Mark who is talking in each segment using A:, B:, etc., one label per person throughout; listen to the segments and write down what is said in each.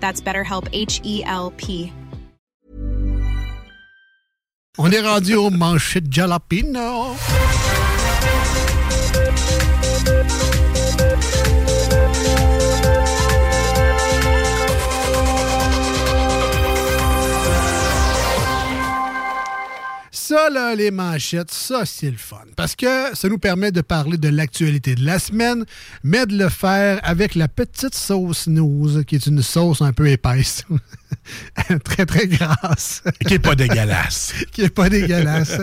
A: That's BetterHelp, H E L P.
B: On est rendu aux manchettes jalapino. Ça, là, les manchettes, ça, c'est le fun. Parce que ça nous permet de parler de l'actualité de la semaine, mais de le faire avec la petite sauce news, qui est une sauce un peu épaisse. très, très grasse.
C: Qui est pas dégueulasse.
B: qui est pas dégueulasse.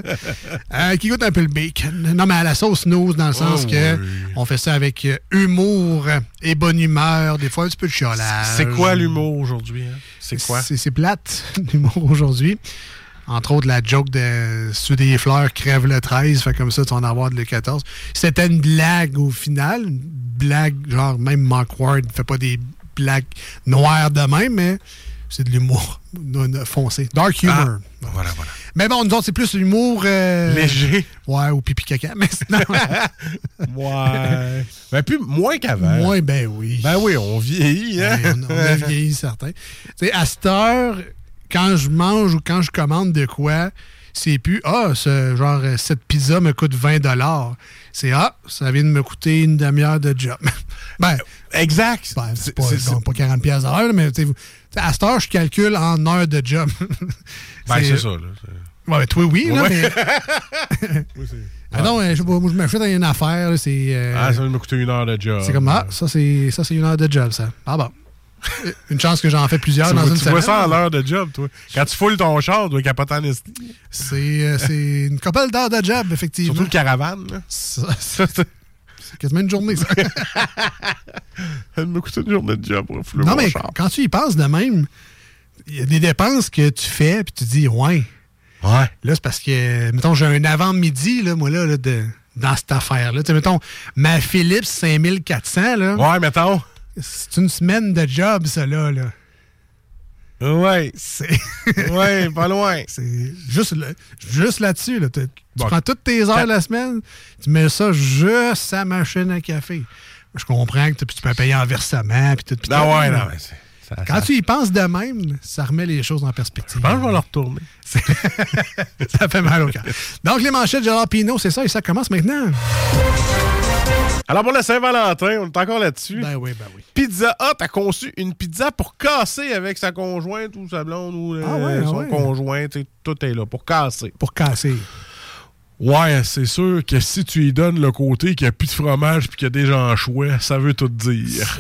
B: Euh, qui goûte un peu le bacon. Non, mais à la sauce news, dans le sens que
C: Oh, oui.
B: on fait ça avec euh, humour et bonne humeur, des fois un petit peu de chiolage.
C: C'est quoi l'humour aujourd'hui? hein? C'est quoi?
B: C'est c'est plate, l'humour aujourd'hui. Entre autres, la joke de sous des fleurs crève le 13, fait comme ça, tu vas en avoir le 14. C'était une blague au final, une blague, genre même Mark Ward ne fait pas des blagues noires de même, mais c'est de l'humour non- non- foncé. Dark humor.
C: Ah, voilà, voilà.
B: Mais bon, nous autres, c'est plus l'humour. euh,
C: Léger.
B: Ouais, ou pipi caca. Mais sinon,
C: Ouais. Ben, plus, moins qu'avant.
B: moins, ben oui.
C: Ben oui, on vieillit, hein?
B: Ouais, on, on a vieilli certains. Tu sais, à cette heure, quand je mange ou quand je commande de quoi, c'est plus Ah, ce genre euh, cette pizza me coûte 20 C'est Ah, ça vient de me coûter une demi-heure de job. ben,
C: Exact.
B: ben, c'est
C: C'est-
B: pas,
C: c'est-
B: disons, pas 40 pièces à l'heure, mais tu sais, vous- tu sais, à cette heure, je calcule en heure de job.
C: Ben, c'est ça, là. C'est-
B: Ouais, ben, toi, oui, là,
C: Ouais.
B: mais. Ah non, euh, je sais pas, moi, je m'achète une affaire, là, c'est. euh,
C: Ah, ça va me coûter une heure de job.
B: C'est comme, ah, ça, c'est ça, c'est une heure de job, ça. Ah bon. Une chance que j'en fais plusieurs
C: Tu,
B: dans
C: vois-
B: une
C: tu vois
B: semaine.
C: ça à l'heure de job, toi. Quand tu foules ton char, tu dois capoter en esti.
B: C'est euh, c'est une couple d'heures de job, effectivement.
C: Surtout le caravane, là.
B: Ça, c'est c'est quasiment une journée, ça.
C: Ça me coûte une journée de job pour fouler
B: non,
C: mon
B: mais
C: char.
B: quand tu y penses de même, il y a des dépenses que tu fais, puis tu dis, ouais.
C: Ouais.
B: Là, c'est parce que, mettons, j'ai un avant-midi, là, moi, là, là, de- dans cette affaire-là. Tu sais, mettons, ma Philips 5400, là,
C: Ouais, mettons.
B: c'est une semaine de job, ça, là. là.
C: Ouais.
B: C'est.
C: Ouais, pas loin.
B: C'est juste, le- juste là-dessus. là. Tu, tu
C: Bon.
B: prends toutes tes heures de la semaine, tu mets ça juste à machine à café. Je comprends que tu, tu peux payer en versement. Puis tout, puis tout,
C: Non, Ben Ah ouais,
B: mais
C: non, mais c'est. ça-
B: Quand
C: ça-
B: tu y penses de même, ça remet les choses en perspective.
C: Je pense que je vais le retourner.
B: ça fait mal au cœur. Donc, les manchettes de Jalapino, c'est ça, et ça commence maintenant.
C: Alors pour la Saint-Valentin, on est encore là-dessus.
B: Ben oui, ben oui.
C: Pizza Hut a conçu une pizza pour casser avec sa conjointe ou sa blonde ou euh,
B: Ah ouais, ah
C: son
B: ouais.
C: conjoint. tu sais, Tout est là pour casser.
B: Pour casser.
C: Ouais, c'est sûr que si tu lui donnes le côté qu'il n'y a plus de fromage puis qu'il y a des gens en chouet, ça veut tout dire.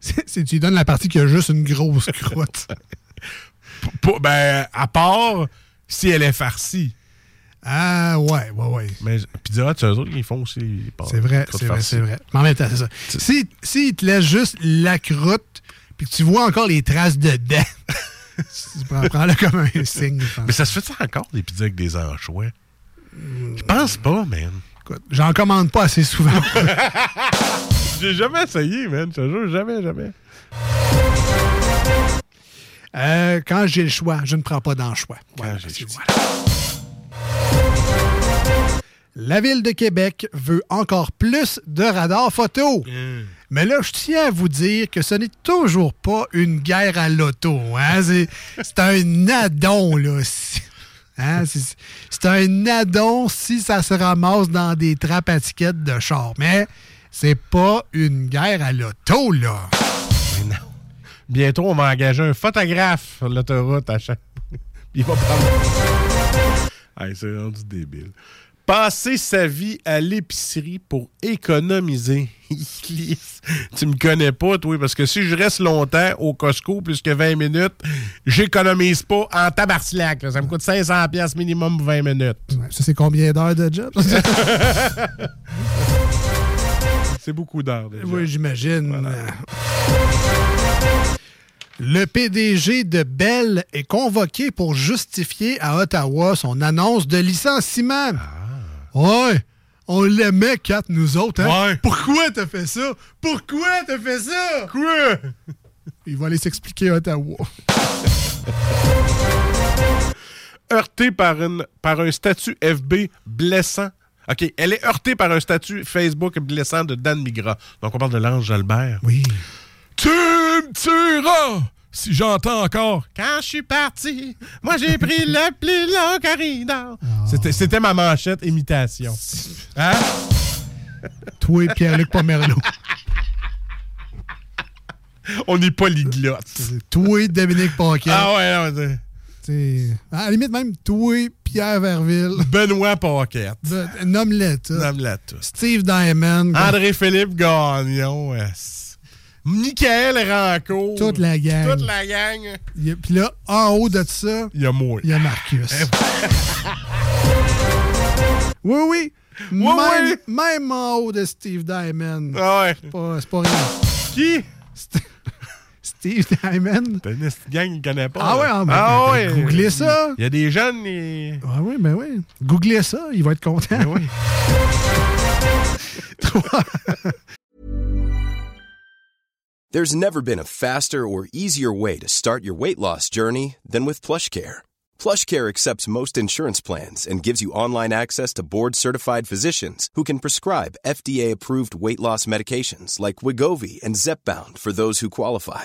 B: C'est- c'est- tu lui donnes la partie qui a juste une grosse croûte.
C: Pas- ben, à part si elle est farcie.
B: Ah, ouais, ouais, ouais.
C: Mais Pizza Hut, c'est eux autres qui les font aussi. les pâtes.
B: C'est vrai,
C: Croûte
B: c'est vrai,
C: farcie.
B: c'est vrai. Mais en même temps, c'est ça. Si, si il te laisse juste la croûte, puis que tu vois encore les traces de dents, tu prends- prends-le comme un signe, je
C: Mais
B: pense.
C: ça se fait encore des pizzas avec des anchois? Je pense pas, man.
B: Écoute, J'en commande pas assez souvent.
C: J'ai jamais essayé, man. Je te jure, jamais, jamais.
B: Euh, quand j'ai le choix, je ne prends pas dans le choix. Voilà,
C: j'ai le
B: c'est-
C: choix.
B: voilà. La ville de Québec veut encore plus de radars photo.
C: Mmh.
B: Mais là, je tiens à vous dire que ce n'est toujours pas une guerre à l'auto. hein. C'est c'est un addon, là. C'est- hein, C'est c'est un addon si ça se ramasse dans des trappes à tickets de char. Mais c'est pas une guerre à l'auto, là.
C: Mais non. Bientôt, on va engager un photographe sur l'autoroute à chaque. Il va prendre. Hey, c'est rendu débile. Passer sa vie à l'épicerie pour économiser. tu me connais pas, toi, parce que si je reste longtemps au Costco, plus que 20 minutes, j'économise pas en tabarcelac. là. Ça me coûte 500$ minimum pour 20 minutes.
B: Ouais, Ça, c'est combien d'heures de job? ça?
C: C'est beaucoup d'heures. déjà.
B: oui, j'imagine. Le PDG de Bell est convoqué pour justifier à Ottawa son annonce de licenciement. Ouais, on l'aimait, Kat, nous autres. Hein?
C: Ouais.
B: Pourquoi t'as fait ça? Pourquoi t'as fait ça?
C: Quoi?
B: Il va aller s'expliquer à Ottawa.
C: heurtée par, une, par un statut FB blessant. OK, elle est heurtée par un statut Facebook blessant de Dan Migra. Donc, on parle de l'ange Albert.
B: Oui.
C: Tu me tueras si j'entends encore. Quand je suis parti, moi j'ai pris le plus long corridor.
B: Ah.
C: C'était, c'était ma manchette imitation. Hein?
B: Toi et Pierre-Luc Pomerleau.
C: On est polyglotte.
B: Toi et Dominique Paquet.
C: Ah ouais, non, c'est-
B: T'sais, À la limite, même toi et Pierre Verville.
C: Benoît Paquette.
B: De- Nomme-les, tu sais.
C: Nomme-la tous.
B: Steve Diamond.
C: André-Philippe Gagnon. euh, Michael Rancourt.
B: Toute la gang.
C: Toute la gang.
B: Il y a- Puis là, en haut de ça,
C: Il y a moi.
B: il y a Marcus.
C: Eh
B: oui, oui.
C: Oui,
B: même, même en haut de Steve Diamond.
C: Ah ouais.
B: C'est pas- C'est pas rien.
C: Qui?
B: Steve Diamond.
C: T'as une petite gang qui connaît pas.
B: Ah
C: là.
B: ouais, ah, mais-
C: ah
B: mais-
C: ouais.
B: googlez ça.
C: Il y a des jeunes. ils-
B: Ah oui, ben oui. Googlez ça, il va être content.
C: Ben oui.
D: There's never been a faster or easier way to start your weight loss journey than with PlushCare. PlushCare accepts most insurance plans and gives you online access to board-certified physicians who can prescribe FDA-approved weight loss medications like Wigovi and Zepbound for those who qualify.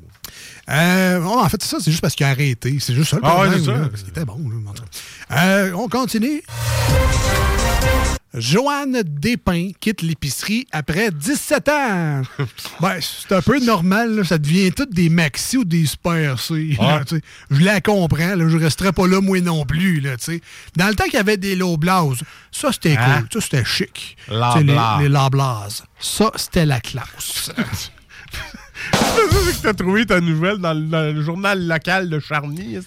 C: moi.
B: Euh, oh, en fait, c'est ça, c'est juste parce qu'il a arrêté. C'est juste ça le
C: Ah ouais,
B: problème.
C: c'est ça.
B: là, parce qu'il était bon, là, en tout cas. Euh, on continue. Joanne Despins quitte l'épicerie après 17 ans. ben, c'est un peu normal. là, Ça devient tout des maxi ou des super C. là,
C: Ouais.
B: tu sais. Je la comprends. Là, je resterai pas là, moi non plus. Là, tu sais. Dans le temps qu'il y avait des Loblaws, ça, c'était
C: Hein?
B: cool. Ça, c'était chic. Tu
C: Loblaws.
B: sais, Les, les Loblaws. Ça, c'était la classe.
C: C'est ça que t'as trouvé ta nouvelle dans le, dans le journal local de Charny.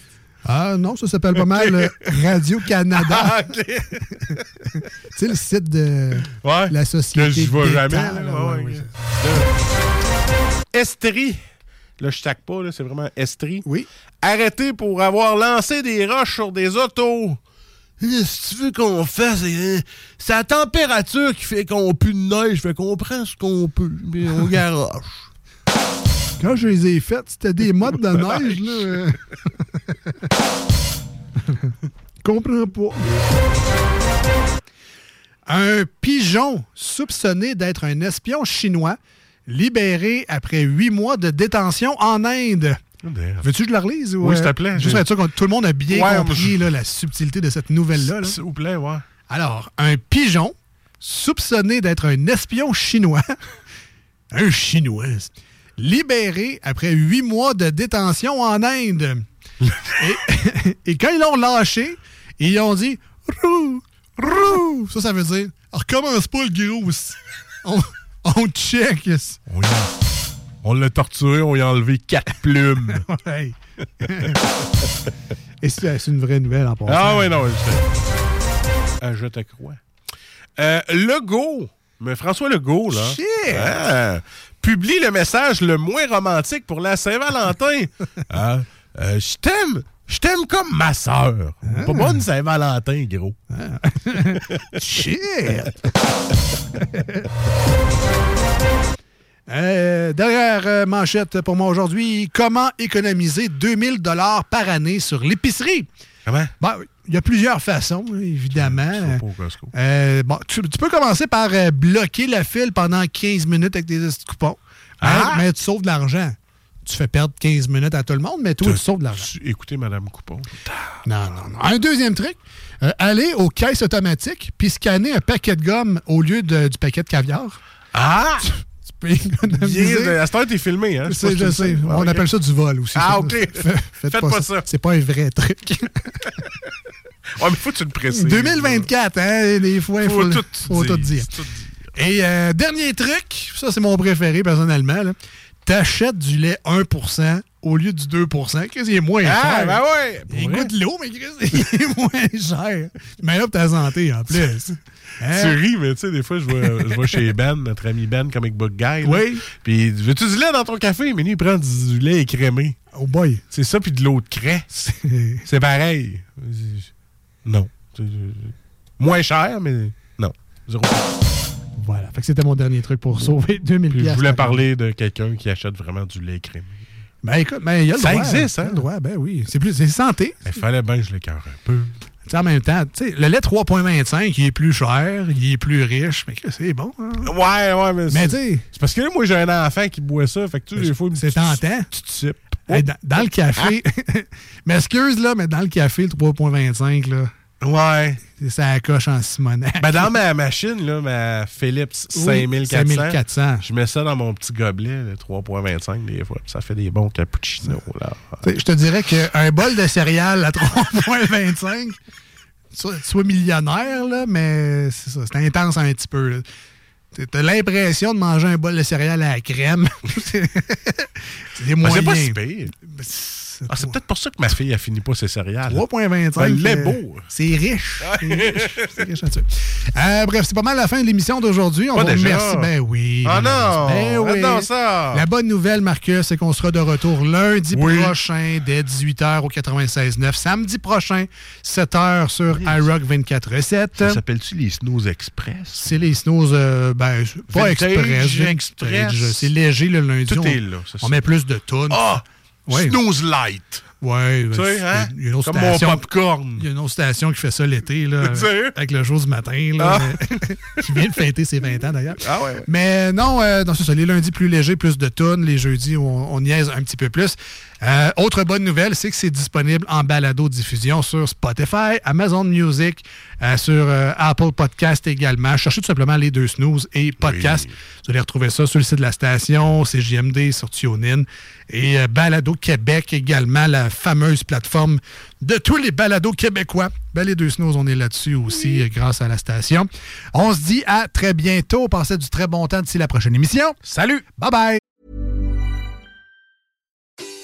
B: Ah non, ça s'appelle pas mal euh, Radio-Canada.
C: Ah, ok.
B: tu sais, le site de
C: Ouais.
B: la société.
C: Que j'y vais
B: d'État,
C: jamais. là.
B: là,
C: Ouais,
B: ouais,
C: ok.
B: ouais.
C: Estrie. Là, je taque pas, là, c'est vraiment Estrie.
B: Oui.
C: Arrêté pour avoir lancé des roches sur des autos. Si tu veux qu'on fasse, c'est c'est la température qui fait qu'on pue de neige, fait qu'on prend ce qu'on peut, mais on garoche.
B: Quand je les ai faites, c'était des modes de neige, là. Comprends pas. Un pigeon soupçonné d'être un espion chinois, libéré après huit mois de détention en Inde. Veux-tu que je la relise? ou,
C: Oui,
B: euh,
C: s'il te plaît.
B: Juste pour être sûr que tout le monde a bien
C: Ouais,
B: compris
C: je-
B: là, la subtilité de cette nouvelle-là. là.
C: S'il vous plaît, ouais.
B: Alors, un pigeon soupçonné d'être un espion chinois, un chinois, libéré après huit mois de détention en Inde. et, et quand ils l'ont lâché, ils ont dit Rou, rou. Ça, ça veut dire recommence pas le gros. On, on check.
C: On, y a- on l'a torturé, on lui a enlevé quatre plumes.
B: Ouais. et c'est c'est une vraie nouvelle en passant.
C: ah oui, non, je sais. Ah, je te crois. Euh, Legault Mais François Legault, là.
B: Shit!
C: Ah, publie le message le moins romantique pour la Saint-Valentin. Ah, euh, je t'aime. Je t'aime comme ma sœur.
B: Ah.
C: Pas bonne Saint-Valentin, gros.
B: Shit! Euh, dernière euh, manchette pour moi aujourd'hui. Comment économiser 2000 dollars par année sur l'épicerie?
C: Comment?
B: Ben, il y a plusieurs façons, évidemment.
C: Je ne pas au Costco.
B: Euh, bon, tu, tu peux commencer par euh, bloquer la file pendant 15 minutes avec des petits coupons. Mais-
C: Ah!
B: Mais tu sauves de l'argent. Tu fais perdre 15 minutes à tout le monde, mais toi, tu sauves de l'argent.
C: Tu- Écoutez, Madame Coupon.
B: Non, non, non. Un deuxième truc, euh, aller aux caisses automatiques puis scanner un paquet de gomme au lieu de- du paquet de caviar.
C: Ah!
B: Tu peux économiser.
C: à cette heure, t'es filmé, hein?
B: Je
C: sais
B: sais,
C: pas si tu
B: je
C: le
B: sais.
C: sais.
B: On
C: Ouais,
B: appelle ça du vol aussi.
C: Ah, OK. Faites pas ça.
B: C'est pas un vrai truc.
C: Ouais, mais faut que tu le précises.
B: 2024, hein, des fois, il
C: Faut
B: faut, le-
C: tout
B: faut tout dire.
C: tout dire.
B: Et euh, dernier truc, ça c'est mon préféré personnellement, là. t'achètes du lait 1% au lieu du 2%. Qu'est-ce qu'il est moins
C: Ah,
B: cher?
C: ben ouais!
B: Il
C: Pour vrai.
B: goûte l'eau, mais Chris, il est moins cher. Mais là, pour ta santé, en plus.
C: Tu
B: Hein?
C: ris, mais tu sais, des fois, je vois, je vois chez Ben, notre ami Ben, Comic Book Guy. là.
B: Oui.
C: Puis, il dit, veux-tu du lait dans ton café? Mais lui, il prend du lait écrémé.
B: Oh boy.
C: C'est ça, puis de l'eau de craie.
B: C'est-
C: C'est pareil. Non. C'est- Moins cher, mais non. Zéro.
B: Ah, Voilà. Fait que c'était mon dernier truc pour sauver 2000
C: Puis, je
B: piastres.
C: voulais parler de quelqu'un qui achète vraiment du lait écrémé.
B: Ben écoute, ben, il y a le
C: Ça
B: droit.
C: existe, hein?
B: Il y a Le droit, ben oui. C'est plus, c'est santé.
C: Il fallait bien que je l'écœure un peu.
B: Tu sais, en même temps, tu sais, le lait 3.25, il est plus cher, il est plus riche, mais Chris, c'est bon. hein?
C: Ouais, ouais, mais,
B: Mais
C: c'est-
B: tu sais,
C: C'est parce que là, moi, j'ai un enfant qui boit ça. Fait que tu sais, des fois, il me-
B: c'est tentant.
C: Tu hein? types.
B: Hey, dans, dans le café, m'excuse là, mais dans le café, le 3.25, là,
C: Ouais.
B: c'est- ça coche en Simonac.
C: Ben, dans ma machine, là, ma Philips
B: Oui,
C: 5400,
B: 5400.
C: je mets ça dans mon petit gobelet, le 3.25 des fois, puis ça fait des bons cappuccinos. Là.
B: Tu sais, Je te dirais qu'un bol de céréales à 3.25, soit, soit millionnaire, là, mais c'est ça, c'est intense un petit peu. là. T'as- T'as l'impression de manger un bol de céréales à la crème. c'est des
C: Ben, c'est pas
B: moyens.
C: si pire.
B: C'est
C: Ah, c'est peut-être pour ça que ma fille a fini pas ses céréales.
B: 3.25.
C: Ben, le lait
B: euh,
C: beau.
B: C'est riche. C'est riche. C'est riche là-dessus. Euh, bref, c'est pas mal la fin de l'émission d'aujourd'hui. On
C: Pas
B: vous
C: déjà?
B: remercie. Ben oui.
C: Ah non!
B: Ben oui.
C: Attends ça!
B: La bonne nouvelle, Marcus, c'est qu'on sera de retour lundi
C: Oui.
B: prochain dès 18h au 96.9. Samedi prochain, 7h sur iRock 24.7.
C: Ça s'appelle-tu les Snows Express?
B: C'est les snows, euh, ben, c'est pas
C: Vintage,
B: express. vintage.
C: express.
B: C'est léger le lundi.
C: Tout
B: on,
C: est là, c'est ça.
B: On met plus de tonnes.
C: Ah!
B: Ouais.
C: Snows Light!
B: Ouais, ben,
C: Tu sais,
B: c'est-
C: hein?
B: il y a une autre
C: Comme mon
B: station.
C: popcorn.
B: Il y a une autre station qui fait ça l'été, là,
C: C'est
B: avec-
C: sérieux?
B: avec le jour du matin, là, mais- qui vient de fêter ses 20 ans d'ailleurs.
C: Ah ouais, ouais.
B: Mais non, euh, non, c'est ça, les lundis plus légers, plus de tonnes, les jeudis on, on niaise un petit peu plus. Euh, autre bonne nouvelle, c'est que c'est disponible en balado-diffusion sur Spotify, Amazon Music, euh, sur euh, Apple Podcast également. Cherchez tout simplement les deux snooze et podcast. Vous allez retrouver ça sur le site de la station, CJMD, sur TuneIn et euh, Balado Québec également, la fameuse plateforme de tous les balados québécois. Ben, les deux snows, on est là-dessus aussi euh, grâce à la station. On se dit à très bientôt. Passez du très bon temps d'ici la prochaine émission. Salut! Bye bye!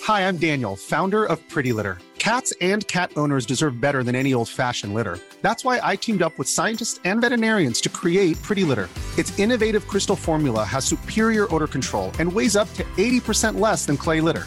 E: Hi, I'm Daniel, founder of Pretty Litter. Cats and cat owners deserve better than any old fashioned litter. That's why I teamed up with scientists and veterinarians to create Pretty Litter. Its innovative crystal formula has superior odor control and weighs up to 80% less than clay litter.